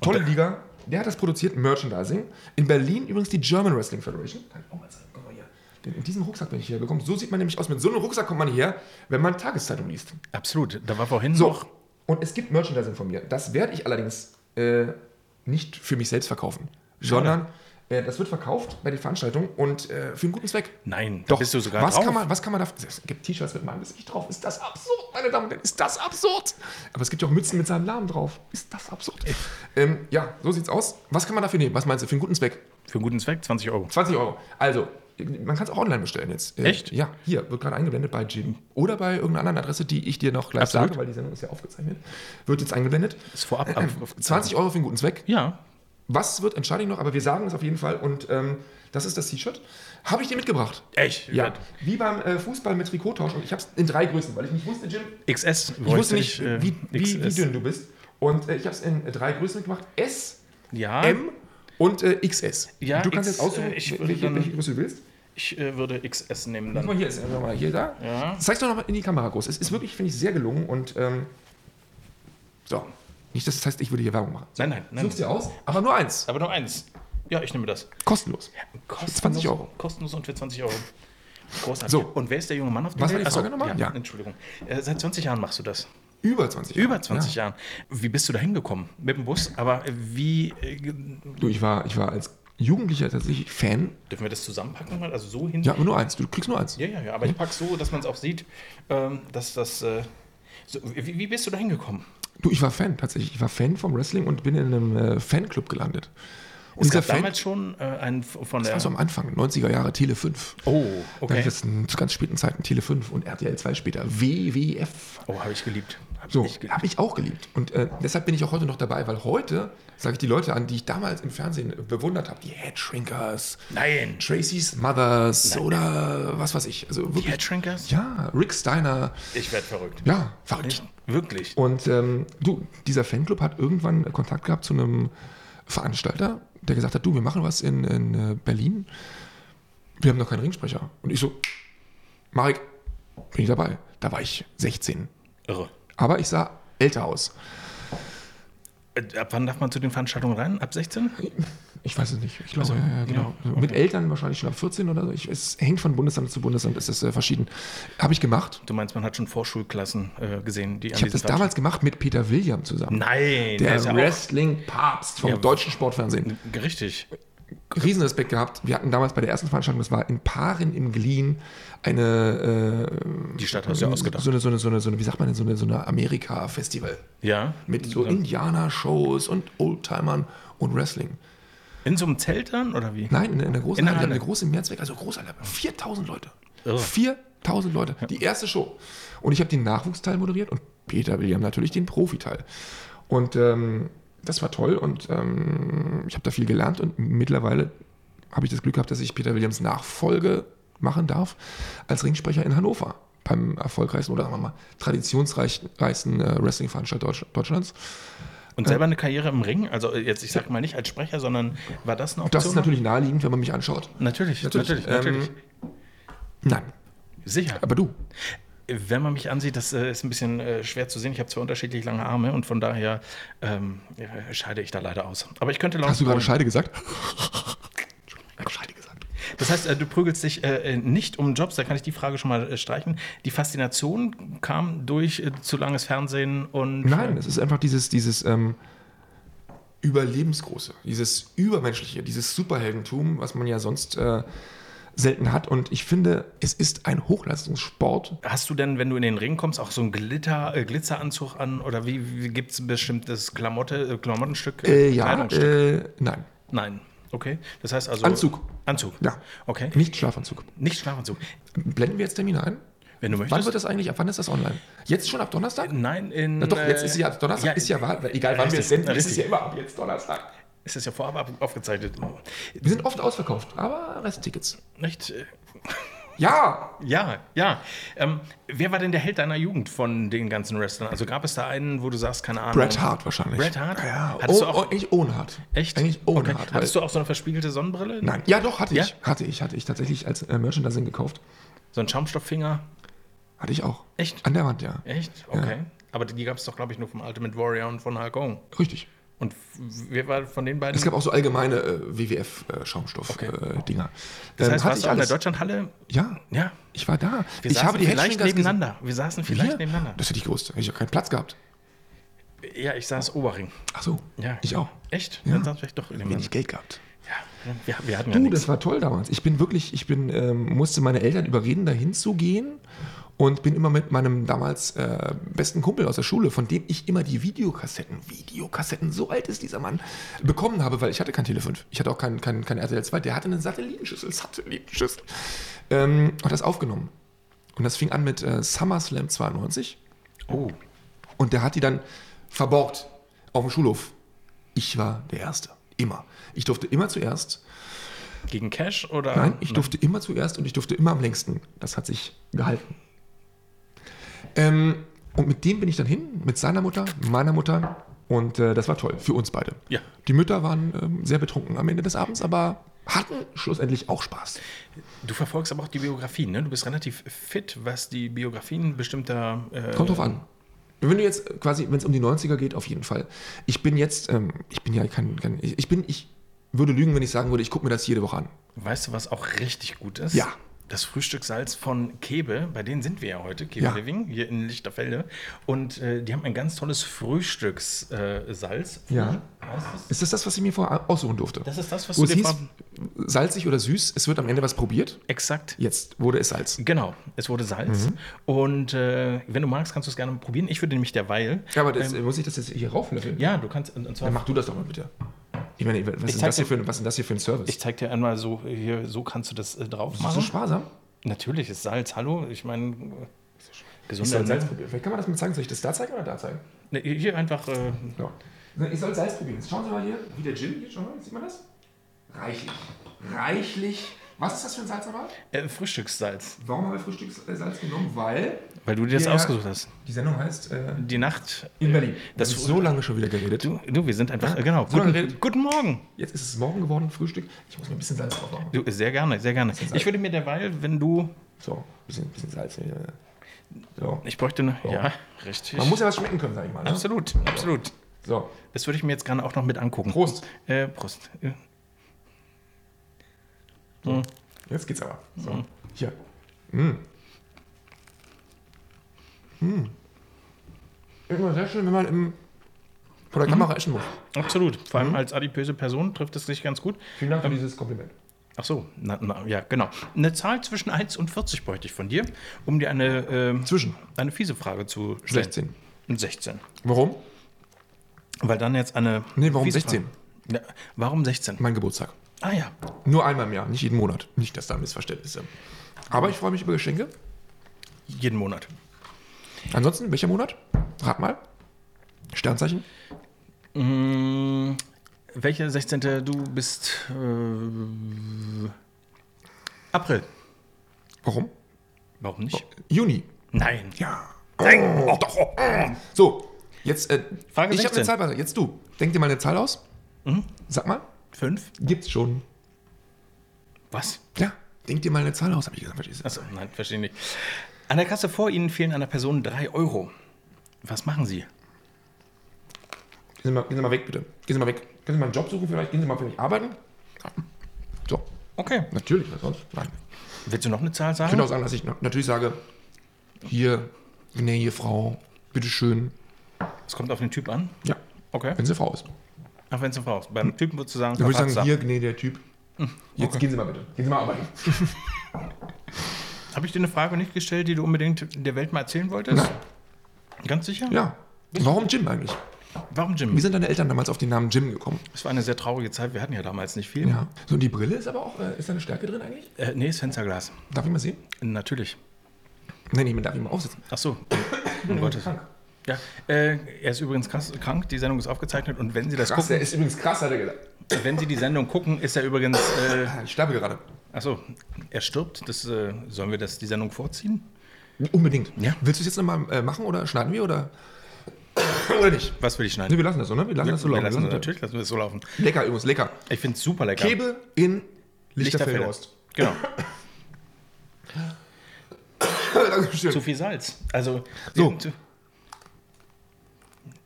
Speaker 2: tolle Liga. Der hat das produziert, Merchandising. In Berlin übrigens die German Wrestling Federation. oh, Kann ich auch mal zeigen. Guck mal hier. Den- In diesem Rucksack bin ich hier gekommen. So sieht man nämlich aus. Mit so einem Rucksack kommt man hierher, wenn man Tageszeitung liest.
Speaker 1: Absolut. Da war vorhin
Speaker 2: So.
Speaker 1: noch.
Speaker 2: Und es gibt Merchandising von mir. Das werde ich allerdings äh, nicht für mich selbst verkaufen, sondern äh, das wird verkauft bei den Veranstaltungen und äh, für einen guten Zweck.
Speaker 1: Nein, da bist du sogar
Speaker 2: was
Speaker 1: drauf.
Speaker 2: Kann man, was kann man da? Es gibt T-Shirts mit meinem Gesicht drauf. Ist das absurd, meine Damen und Herren? Ist das absurd? Aber es gibt ja auch Mützen mit seinem Namen drauf. Ist das absurd? Ähm, ja, so sieht's aus. Was kann man dafür nehmen? Was meinst du? Für einen guten Zweck?
Speaker 1: Für einen guten Zweck 20 Euro.
Speaker 2: 20 Euro. Also, man kann es auch online bestellen jetzt. Äh,
Speaker 1: Echt?
Speaker 2: Ja, hier wird gerade eingeblendet bei Jim. Oder bei irgendeiner anderen Adresse, die ich dir noch gleich
Speaker 1: Absolut.
Speaker 2: sage, weil die Sendung ist ja aufgezeichnet. Wird jetzt eingeblendet.
Speaker 1: Ist
Speaker 2: Äh,
Speaker 1: vorab. ab- auf-
Speaker 2: 20 Euro für einen guten Zweck.
Speaker 1: Ja.
Speaker 2: Was wird, entscheide ich noch, aber wir sagen es auf jeden Fall. Und ähm, das ist das T-Shirt. Habe ich dir mitgebracht.
Speaker 1: Echt?
Speaker 2: Ja, wie beim äh, Fußball mit Trikottausch. Und ich habe es in drei Größen, weil ich nicht wusste, Jim,
Speaker 1: XS.
Speaker 2: ich wusste nicht,
Speaker 1: äh,
Speaker 2: wie, wie, wie
Speaker 1: XS.
Speaker 2: dünn du bist. Und äh, ich habe es in drei Größen gemacht. S,
Speaker 1: Ja.
Speaker 2: M und äh, XS.
Speaker 1: Ah. Ja,
Speaker 2: du kannst
Speaker 1: X,
Speaker 2: jetzt aussuchen,
Speaker 1: äh, ich würde
Speaker 2: welche,
Speaker 1: dann-
Speaker 2: welche Größe du willst.
Speaker 1: Ich äh, würde XS nehmen
Speaker 2: Guck mal,
Speaker 1: dann.
Speaker 2: hier ist einfach mal hier da.
Speaker 1: Ja.
Speaker 2: Zeig's doch nochmal in die Kamera groß. Es ist wirklich, finde ich, sehr gelungen und ähm, so. Nicht, dass das heißt, ich würde hier Werbung machen.
Speaker 1: Nein, nein, nein.
Speaker 2: Such's dir aus, aber nur eins.
Speaker 1: Aber noch eins. Ja, ich nehme das.
Speaker 2: Kostenlos.
Speaker 1: Kostenlos,
Speaker 2: 20 Euro.
Speaker 1: Kostenlos und für 20 Euro. Großartig.
Speaker 2: So.
Speaker 1: Und wer ist der junge Mann auf dem
Speaker 2: Was war
Speaker 1: Bild?
Speaker 2: die Frage
Speaker 1: Achso,
Speaker 2: nochmal?
Speaker 1: Ja,
Speaker 2: Ja.
Speaker 1: Entschuldigung. Äh, seit 20 Jahren machst du das.
Speaker 2: Über 20
Speaker 1: Über 20 Jahren. Wie bist du da hingekommen? Mit dem Bus? Aber äh, wie äh, dürfen
Speaker 2: Du, ich war, ich war als Jugendlicher tatsächlich Fan.
Speaker 1: wir das zusammenpacken? mal? Also so hin?
Speaker 2: Ja, aber nur eins. Du kriegst nur eins.
Speaker 1: ja, ja. ja. Aber ich packe so, dass man es auch sieht, ähm, dass das. Äh, so, wie, wie bist du da hingekommen?
Speaker 2: Du, ich war Fan tatsächlich. Ich war Fan vom Wrestling und bin in einem äh, Fanclub gelandet. Und
Speaker 1: Es gab damals schon äh, einen f- von der.
Speaker 2: das war so am Anfang, 90er Jahre, Tele 5.
Speaker 1: oh,
Speaker 2: Okay.
Speaker 1: okay.
Speaker 2: Das ist zu ganz späten Zeiten Tele 5 und RTL 2 später. WWF.
Speaker 1: Oh, habe ich geliebt. Hab
Speaker 2: So,
Speaker 1: ich ge
Speaker 2: habe ich auch geliebt. Und äh, deshalb bin ich auch heute noch dabei, weil heute sage ich die Leute an, die ich damals im Fernsehen bewundert habe, die Headshrinkers,
Speaker 1: Nein.
Speaker 2: Tracy's Mothers oder was weiß ich. Also
Speaker 1: Die
Speaker 2: wirklich,
Speaker 1: Headshrinkers?
Speaker 2: ja, Rick Steiner,
Speaker 1: Ich werde verrückt.
Speaker 2: ja, verrückt.
Speaker 1: Wirklich.
Speaker 2: Und ähm, du, dieser Fanclub hat irgendwann Kontakt gehabt zu einem Veranstalter, der gesagt hat, du, wir machen was in, in äh, Berlin. Wir haben noch keinen Ringsprecher. Und ich so, Marek, bin ich dabei. Da war ich 16.
Speaker 1: Irre.
Speaker 2: Aber ich sah älter aus.
Speaker 1: Äh, Ab wann darf man zu den Veranstaltungen rein? Ab 16?
Speaker 2: Ich weiß es nicht. Ich glaube, ja, ja, genau. Mit Eltern wahrscheinlich schon ab 14 oder so. Ich, es hängt von Bundesamt zu Bundesamt, ist es äh, verschieden. Habe ich gemacht.
Speaker 1: Du meinst, man hat schon Vorschulklassen äh, gesehen, die an
Speaker 2: Ich habe das damals gemacht mit Peter William zusammen.
Speaker 1: Nein,
Speaker 2: der
Speaker 1: ist Mhm. ja auch
Speaker 2: Wrestling-Papst vom
Speaker 1: Ja. Mhm.
Speaker 2: deutschen Sportfernsehen.
Speaker 1: richtig.
Speaker 2: Riesenrespekt gehabt. Wir hatten damals bei der ersten Veranstaltung, das war in Paaren im Glien, eine,
Speaker 1: Die Stadt
Speaker 2: äh,
Speaker 1: hast du ja ausgedacht.
Speaker 2: so eine, so eine, so eine, so eine, wie sagt man denn, so eine, so eine Amerika-Festival.
Speaker 1: Mhm, Ja.
Speaker 2: Mit so Indianer-Shows und Oldtimern und Wrestling.
Speaker 1: In so einem Zelt dann oder wie?
Speaker 2: Nein, in, in der großen
Speaker 1: In
Speaker 2: in
Speaker 1: der
Speaker 2: Halle,
Speaker 1: Halle.
Speaker 2: eine große Mehrzweck, also große Halle, 4000 Leute.
Speaker 1: Irre.
Speaker 2: 4000 Leute, die erste Show. Und ich habe den Nachwuchsteil moderiert und Peter William natürlich den Profiteil. Und ähm, das war toll und ähm, ich habe da viel gelernt und mittlerweile habe ich das Glück gehabt, dass ich Peter Williams Nachfolge machen darf als Ringsprecher in Hannover beim erfolgreichsten oder sagen wir mal traditionsreichsten reichsten, äh, Wrestling-Veranstalter Deutsch- Deutschlands.
Speaker 1: Und selber eine Karriere im Ring? Also jetzt, ich sag mal nicht als Sprecher, sondern war das eine Option?
Speaker 2: Das ist natürlich naheliegend, wenn man mich anschaut.
Speaker 1: Natürlich, natürlich,
Speaker 2: Natürlich,
Speaker 1: natürlich.
Speaker 2: ähm, Nein,
Speaker 1: Sicher.
Speaker 2: aber du,
Speaker 1: Wenn man mich ansieht, das äh, ist ein bisschen äh, schwer zu sehen. Ich habe zwei unterschiedlich lange Arme und von daher ähm, ja, scheide ich da leider aus. Aber ich könnte laut
Speaker 2: Hast du gerade Scheide gesagt? Entschuldigung, ich habe Scheide gesagt.
Speaker 1: Das heißt, äh, du prügelst dich äh, nicht um Jobs, da kann ich die Frage schon mal äh, streichen. Die Faszination kam durch äh, zu langes Fernsehen und. äh,
Speaker 2: Nein, es ist einfach dieses, dieses ähm, Überlebensgroße, dieses Übermenschliche, dieses Superheldentum, was man ja sonst äh, selten hat. Und ich finde, es ist ein Hochleistungssport.
Speaker 1: Hast du denn, wenn du in den Ring kommst, auch so einen Glitter, äh, Glitzeranzug an oder wie, wie gibt es ein bestimmtes Klamotte, äh, Klamottenstück?
Speaker 2: Äh, ja,
Speaker 1: Kleidungsstück?
Speaker 2: äh, nein.
Speaker 1: Nein. Okay. Das heißt also.
Speaker 2: Anzug.
Speaker 1: Anzug.
Speaker 2: Ja.
Speaker 1: Okay.
Speaker 2: Nicht Schlafanzug.
Speaker 1: Nicht Schlafanzug.
Speaker 2: Blenden wir jetzt Termine ein?
Speaker 1: Wenn du
Speaker 2: Wann
Speaker 1: möchtest.
Speaker 2: wird das eigentlich, ab wann ist das online? Jetzt schon ab Donnerstag?
Speaker 1: Nein, in.
Speaker 2: Na doch, jetzt
Speaker 1: äh,
Speaker 2: ist ja Donnerstag, ist ja wahr, egal wann wir
Speaker 1: richtig,
Speaker 2: es senden, ist es
Speaker 1: richtig.
Speaker 2: ja immer ab jetzt Donnerstag.
Speaker 1: Es ist ja vorab ab- aufgezeichnet.
Speaker 2: Wir sind oft ausverkauft, aber Resttickets.
Speaker 1: Nicht? äh,
Speaker 2: Ja!
Speaker 1: Ja, ja. Ähm, wer war denn der Held deiner Jugend von den ganzen Wrestlern? Also gab es da einen, wo du sagst, keine Ahnung.
Speaker 2: Bret Hart wahrscheinlich.
Speaker 1: Bret Hart?
Speaker 2: Ja,
Speaker 1: Hattest
Speaker 2: oh,
Speaker 1: du auch-
Speaker 2: oh, eigentlich ohne Hart.
Speaker 1: Echt?
Speaker 2: Eigentlich ohne
Speaker 1: okay.
Speaker 2: Hart. weil-
Speaker 1: Hattest du auch so eine verspiegelte Sonnenbrille?
Speaker 2: Nein, ja doch, hatte
Speaker 1: Ja?
Speaker 2: ich. Hatte ich, hatte ich tatsächlich als äh, Merchandising gekauft.
Speaker 1: So einen Schaumstofffinger?
Speaker 2: Hatte ich auch.
Speaker 1: Echt?
Speaker 2: An der Wand, ja.
Speaker 1: Echt? Okay. Aber die gab es doch, glaube ich, nur vom Ultimate Warrior und von Hulk Hogan.
Speaker 2: Richtig.
Speaker 1: Und f- wer war von den beiden?
Speaker 2: Es gab auch so allgemeine äh, WWF-Schaumstoff-Dinger.
Speaker 1: das
Speaker 2: Ähm,
Speaker 1: heißt, warst du auch in der Deutschlandhalle?
Speaker 2: Ja,
Speaker 1: Ja.
Speaker 2: ich war da.
Speaker 1: Wir
Speaker 2: ich
Speaker 1: saßen
Speaker 2: habe die
Speaker 1: vielleicht
Speaker 2: Headshingers gesehen.
Speaker 1: nebeneinander. Wir saßen vielleicht
Speaker 2: Ja,
Speaker 1: nebeneinander.
Speaker 2: Das hätte ich gewusst. Hätte ich auch keinen Platz gehabt.
Speaker 1: Ja, ich saß Oberring.
Speaker 2: Ach so.
Speaker 1: Ja.
Speaker 2: Oh. Ich auch.
Speaker 1: Echt?
Speaker 2: Ja.
Speaker 1: Dann saß vielleicht doch nebeneinander.
Speaker 2: Geld gehabt.
Speaker 1: Ja. Wir, wir hatten ja
Speaker 2: Du,
Speaker 1: nichts.
Speaker 2: das war toll damals. Ich bin wirklich, ich bin, ähm, musste meine Eltern überreden, da hinzugehen und bin immer mit meinem damals äh, besten Kumpel aus der Schule, von dem ich immer die Videokassetten, Videokassetten, so alt ist dieser Mann, bekommen habe, weil ich hatte kein Telefon. Ich hatte auch kein, kein, kein RTL 2, der hatte eine Satellitenschüssel, Satellitenschüssel. Ähm, und das aufgenommen. Und das fing an mit äh, SummerSlam 92.
Speaker 1: Oh.
Speaker 2: Und der hat die dann verborgt auf dem Schulhof. Ich war der Erste. Immer. Ich durfte immer zuerst.
Speaker 1: Gegen Cash oder?
Speaker 2: Nein, ich durfte immer zuerst und ich durfte immer am längsten. Das hat sich gehalten. Ähm, und mit dem bin ich dann hin, mit seiner Mutter, meiner Mutter. Und äh, das war toll, für uns beide.
Speaker 1: Ja.
Speaker 2: Die Mütter waren ähm, sehr betrunken am Ende des Abends, aber hatten schlussendlich auch Spaß.
Speaker 1: Du verfolgst aber auch die Biografien, ne? Du bist relativ fit, was die Biografien bestimmter. Äh,
Speaker 2: Kommt drauf an. Wenn du jetzt äh, quasi, wenn es um die 90er geht, auf jeden Fall. Ich bin jetzt, ähm, ich bin ja kein, kein ich, ich bin, ich würde lügen, wenn ich sagen würde, ich gucke mir das jede Woche an.
Speaker 1: Weißt du, was auch richtig gut ist?
Speaker 2: Ja.
Speaker 1: Das Frühstückssalz von Kebe, bei denen sind wir ja heute, Kebe
Speaker 2: Ja.
Speaker 1: Living, hier in Lichterfelde. Und äh, die haben ein ganz tolles Frühstückssalz. Äh, Salz.
Speaker 2: Ja.
Speaker 1: Heißt es?
Speaker 2: Ist das das, was ich mir vorher aussuchen durfte?
Speaker 1: Das ist das, was
Speaker 2: Wo
Speaker 1: du
Speaker 2: es
Speaker 1: dir
Speaker 2: hieß,
Speaker 1: vor-
Speaker 2: salzig oder süß, es wird am Ende was probiert.
Speaker 1: Exakt.
Speaker 2: Jetzt wurde es Salz.
Speaker 1: Genau, es wurde Salz.
Speaker 2: Mhm.
Speaker 1: Und äh, wenn du magst, kannst du es gerne probieren. Ich würde nämlich derweil.
Speaker 2: Ja, aber das, muss ich das jetzt hier rauflöffeln?
Speaker 1: Ähm, Ja, du kannst. Und und zwar,
Speaker 2: Dann mach du das doch mal bitte. Ich meine, was, ist
Speaker 1: zeig
Speaker 2: das hier für, ein- was ist das hier für ein Service?
Speaker 1: ich zeig dir einmal so, hier, so kannst du das äh, drauf
Speaker 2: Bist du
Speaker 1: machen.
Speaker 2: sparsam?
Speaker 1: Natürlich ist Salz, hallo. Ich äh, meine, gesunder
Speaker 2: probieren. Vielleicht kann man das mal zeigen. Soll ich das da zeigen oder da zeigen?
Speaker 1: Ne, Hier einfach. Äh,
Speaker 2: Ja. Ich soll Salz probieren. Jetzt Schauen Sie mal hier, wie der Gin hier, schauen Sie mal, sieht man das? Reichlich. Reichlich. Was ist das für ein Salz aber?
Speaker 1: äh, Frühstückssalz,
Speaker 2: Warum haben wir Frühstückssalz genommen? Weil
Speaker 1: weil du dir das
Speaker 2: Ja.
Speaker 1: ausgesucht hast.
Speaker 2: die Sendung heißt äh,
Speaker 1: Die Nacht.
Speaker 2: In Berlin.
Speaker 1: Das-
Speaker 2: ist so lange schon wieder geredet.
Speaker 1: Du, du wir sind einfach. äh, genau.
Speaker 2: so lange
Speaker 1: guten,
Speaker 2: geredet.
Speaker 1: guten Morgen.
Speaker 2: Jetzt ist es morgen geworden, Frühstück. Ich muss mir ein bisschen Salz drauf machen.
Speaker 1: Du, sehr gerne, sehr gerne. Ich würde mir derweil, wenn du.
Speaker 2: So, ein bisschen, bisschen Salz. hier. So.
Speaker 1: Ich bräuchte. Ne, ja, richtig.
Speaker 2: Man muss ja was schmecken können, sag ich mal. Ne?
Speaker 1: absolut, absolut.
Speaker 2: So.
Speaker 1: Das würde ich mir jetzt gerne auch noch mit angucken.
Speaker 2: Prost.
Speaker 1: Äh, Prost. Äh,
Speaker 2: Jetzt geht's aber. So. Hier. Hm. Mm. Mm. Hm. Immer sehr schön, wenn man im, vor der Kamera essen muss.
Speaker 1: absolut. Vor allem als adipöse Person trifft es sich ganz gut.
Speaker 2: Vielen Dank für dieses Kompliment.
Speaker 1: Ach so, na, na, ja, genau. Eine Zahl zwischen 1 und 40 bräuchte ich von dir, um dir eine, ähm,
Speaker 2: Zwischen
Speaker 1: eine fiese Frage zu stellen.
Speaker 2: 16.
Speaker 1: 16.
Speaker 2: Warum?
Speaker 1: Weil dann jetzt eine.
Speaker 2: Nee, warum
Speaker 1: fiese
Speaker 2: 16?
Speaker 1: Frage- Ja, warum 16?
Speaker 2: Mein Geburtstag.
Speaker 1: Ah ja.
Speaker 2: Nur einmal im Jahr, nicht jeden Monat. Nicht, dass da Missverständnisse. Aber ich freue mich über Geschenke.
Speaker 1: Jeden Monat.
Speaker 2: Ansonsten, welcher Monat? Rat mal. Sternzeichen?
Speaker 1: Hm, welche 16. Du bist. Äh, April.
Speaker 2: Warum?
Speaker 1: Warum nicht?
Speaker 2: Juni.
Speaker 1: Nein.
Speaker 2: Ja. Oh, doch. Oh, oh. So, jetzt. Äh,
Speaker 1: Frage Mhm.
Speaker 2: ich
Speaker 1: 16.
Speaker 2: habe eine Zahl. parat. Jetzt du. Denk dir mal eine Zahl aus. Sag mal.
Speaker 1: 5?
Speaker 2: Gibt's schon.
Speaker 1: Was?
Speaker 2: Ja. Denk dir mal eine Zahl aus, habe ich gesagt. Verstehst du?
Speaker 1: Achso, nein, verstehe nicht. An der Kasse vor Ihnen fehlen einer Person 3 Euro. Was machen Sie?
Speaker 2: Gehen Sie, mal, gehen Sie mal weg, bitte. Gehen Sie mal weg. Können Sie mal einen Job suchen vielleicht? Gehen Sie mal für mich arbeiten? So.
Speaker 1: Okay.
Speaker 2: Natürlich, was sonst? Nein.
Speaker 1: Willst du noch eine Zahl
Speaker 2: Ich könnte
Speaker 1: sagen?
Speaker 2: auch sagen, dass ich na- natürlich sage, hier, nee, hier Frau, bitteschön.
Speaker 1: Es kommt auf den Typ an.
Speaker 2: Ja,
Speaker 1: Okay.
Speaker 2: wenn sie Frau ist.
Speaker 1: Auch wenn es eine Frau ist. Beim Typen würdest du sagen,
Speaker 2: Dann würde Genau. Hm. ich
Speaker 1: Verpatzer.
Speaker 2: sagen, hier, nee, der Typ.
Speaker 1: Hm,
Speaker 2: Jetzt gehen Sie mal bitte. Gehen Sie mal arbeiten.
Speaker 1: Habe ich dir eine Frage nicht gestellt, die du unbedingt der Welt mal erzählen wolltest? Ganz sicher?
Speaker 2: Genau. Ja. Warum Jim eigentlich?
Speaker 1: Warum Jim?
Speaker 2: Wie sind deine Eltern damals auf den Namen Jim gekommen?
Speaker 1: Es war eine sehr traurige Zeit. Wir hatten ja damals nicht viel.
Speaker 2: Ja. So, und die Brille ist aber auch, äh, ist da eine Stärke drin eigentlich?
Speaker 1: Äh, nee, ist Fensterglas.
Speaker 2: Darf ich mal sehen?
Speaker 1: Natürlich.
Speaker 2: Nee, nee, man darf ich mal aufsitzen.
Speaker 1: Ach so. Um Gottes. Ja, äh, er ist übrigens krass, krank. Die Sendung ist aufgezeichnet und wenn Sie das
Speaker 2: Krass,
Speaker 1: gucken,
Speaker 2: der ist übrigens krass, hat er gesagt.
Speaker 1: wenn Sie die Sendung gucken, ist er übrigens. Äh,
Speaker 2: Ah, Ich sterbe gerade.
Speaker 1: ach so, er stirbt. Das, äh, sollen wir das die Sendung vorziehen?
Speaker 2: Unbedingt.
Speaker 1: Ja.
Speaker 2: Willst du es jetzt nochmal äh, machen oder schneiden wir oder? oder nicht?
Speaker 1: Was will ich
Speaker 2: Nee,
Speaker 1: schneiden?
Speaker 2: wir lassen das so, ne? Wir lassen das so
Speaker 1: Wir
Speaker 2: laufen.
Speaker 1: lassen,
Speaker 2: Wir lassen
Speaker 1: natürlich lassen wir das so laufen.
Speaker 2: das- Lecker übrigens, lecker.
Speaker 1: Ich finde es super lecker.
Speaker 2: Kebe in Lichterfeldhorst.
Speaker 1: Genau.
Speaker 2: Dankeschön.
Speaker 1: Zu viel Salz. Also.
Speaker 2: So.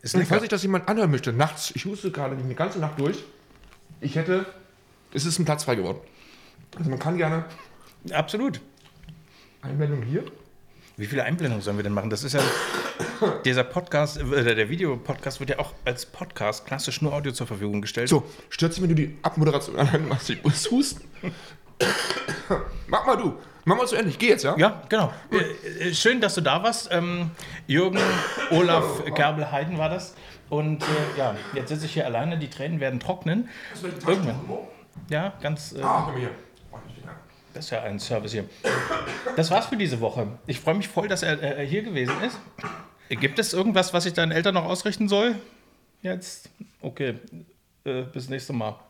Speaker 1: Ist
Speaker 2: Und
Speaker 1: lecker.
Speaker 2: falls sich das jemand anhören möchte, nachts, ich huste gerade die ganze Nacht durch, ich hätte, es ist ein Platz frei geworden. Also man kann gerne
Speaker 1: Absolut.
Speaker 2: Einblendung hier.
Speaker 1: Wie viele Einblendungen sollen wir denn machen? Das ist ja. Dieser Podcast, äh, oder der Videopodcast wird ja auch als Podcast klassisch nur Audio zur Verfügung gestellt.
Speaker 2: So, stört sich, wenn du die Abmoderation allein machst. Ich muss husten. Mach mal du. Mach mal zu Ende. Ich geh jetzt, ja?
Speaker 1: Ja, genau. Äh, äh, schön, dass du da warst. Ähm, Jürgen Olaf Kerbel-Heiden war das. Und äh, ja, jetzt sitze ich hier alleine, die Tränen werden trocknen. Irgendwann. Ja, ganz. Äh,
Speaker 2: Ah, komm hier. Oh, ich bin da.
Speaker 1: das ist ja ein Service hier. Das war's für diese Woche. Ich freue mich voll, dass er äh, hier gewesen ist. Gibt es irgendwas, was ich deinen Eltern noch ausrichten soll? Jetzt? Okay. Äh, bis nächstes Mal.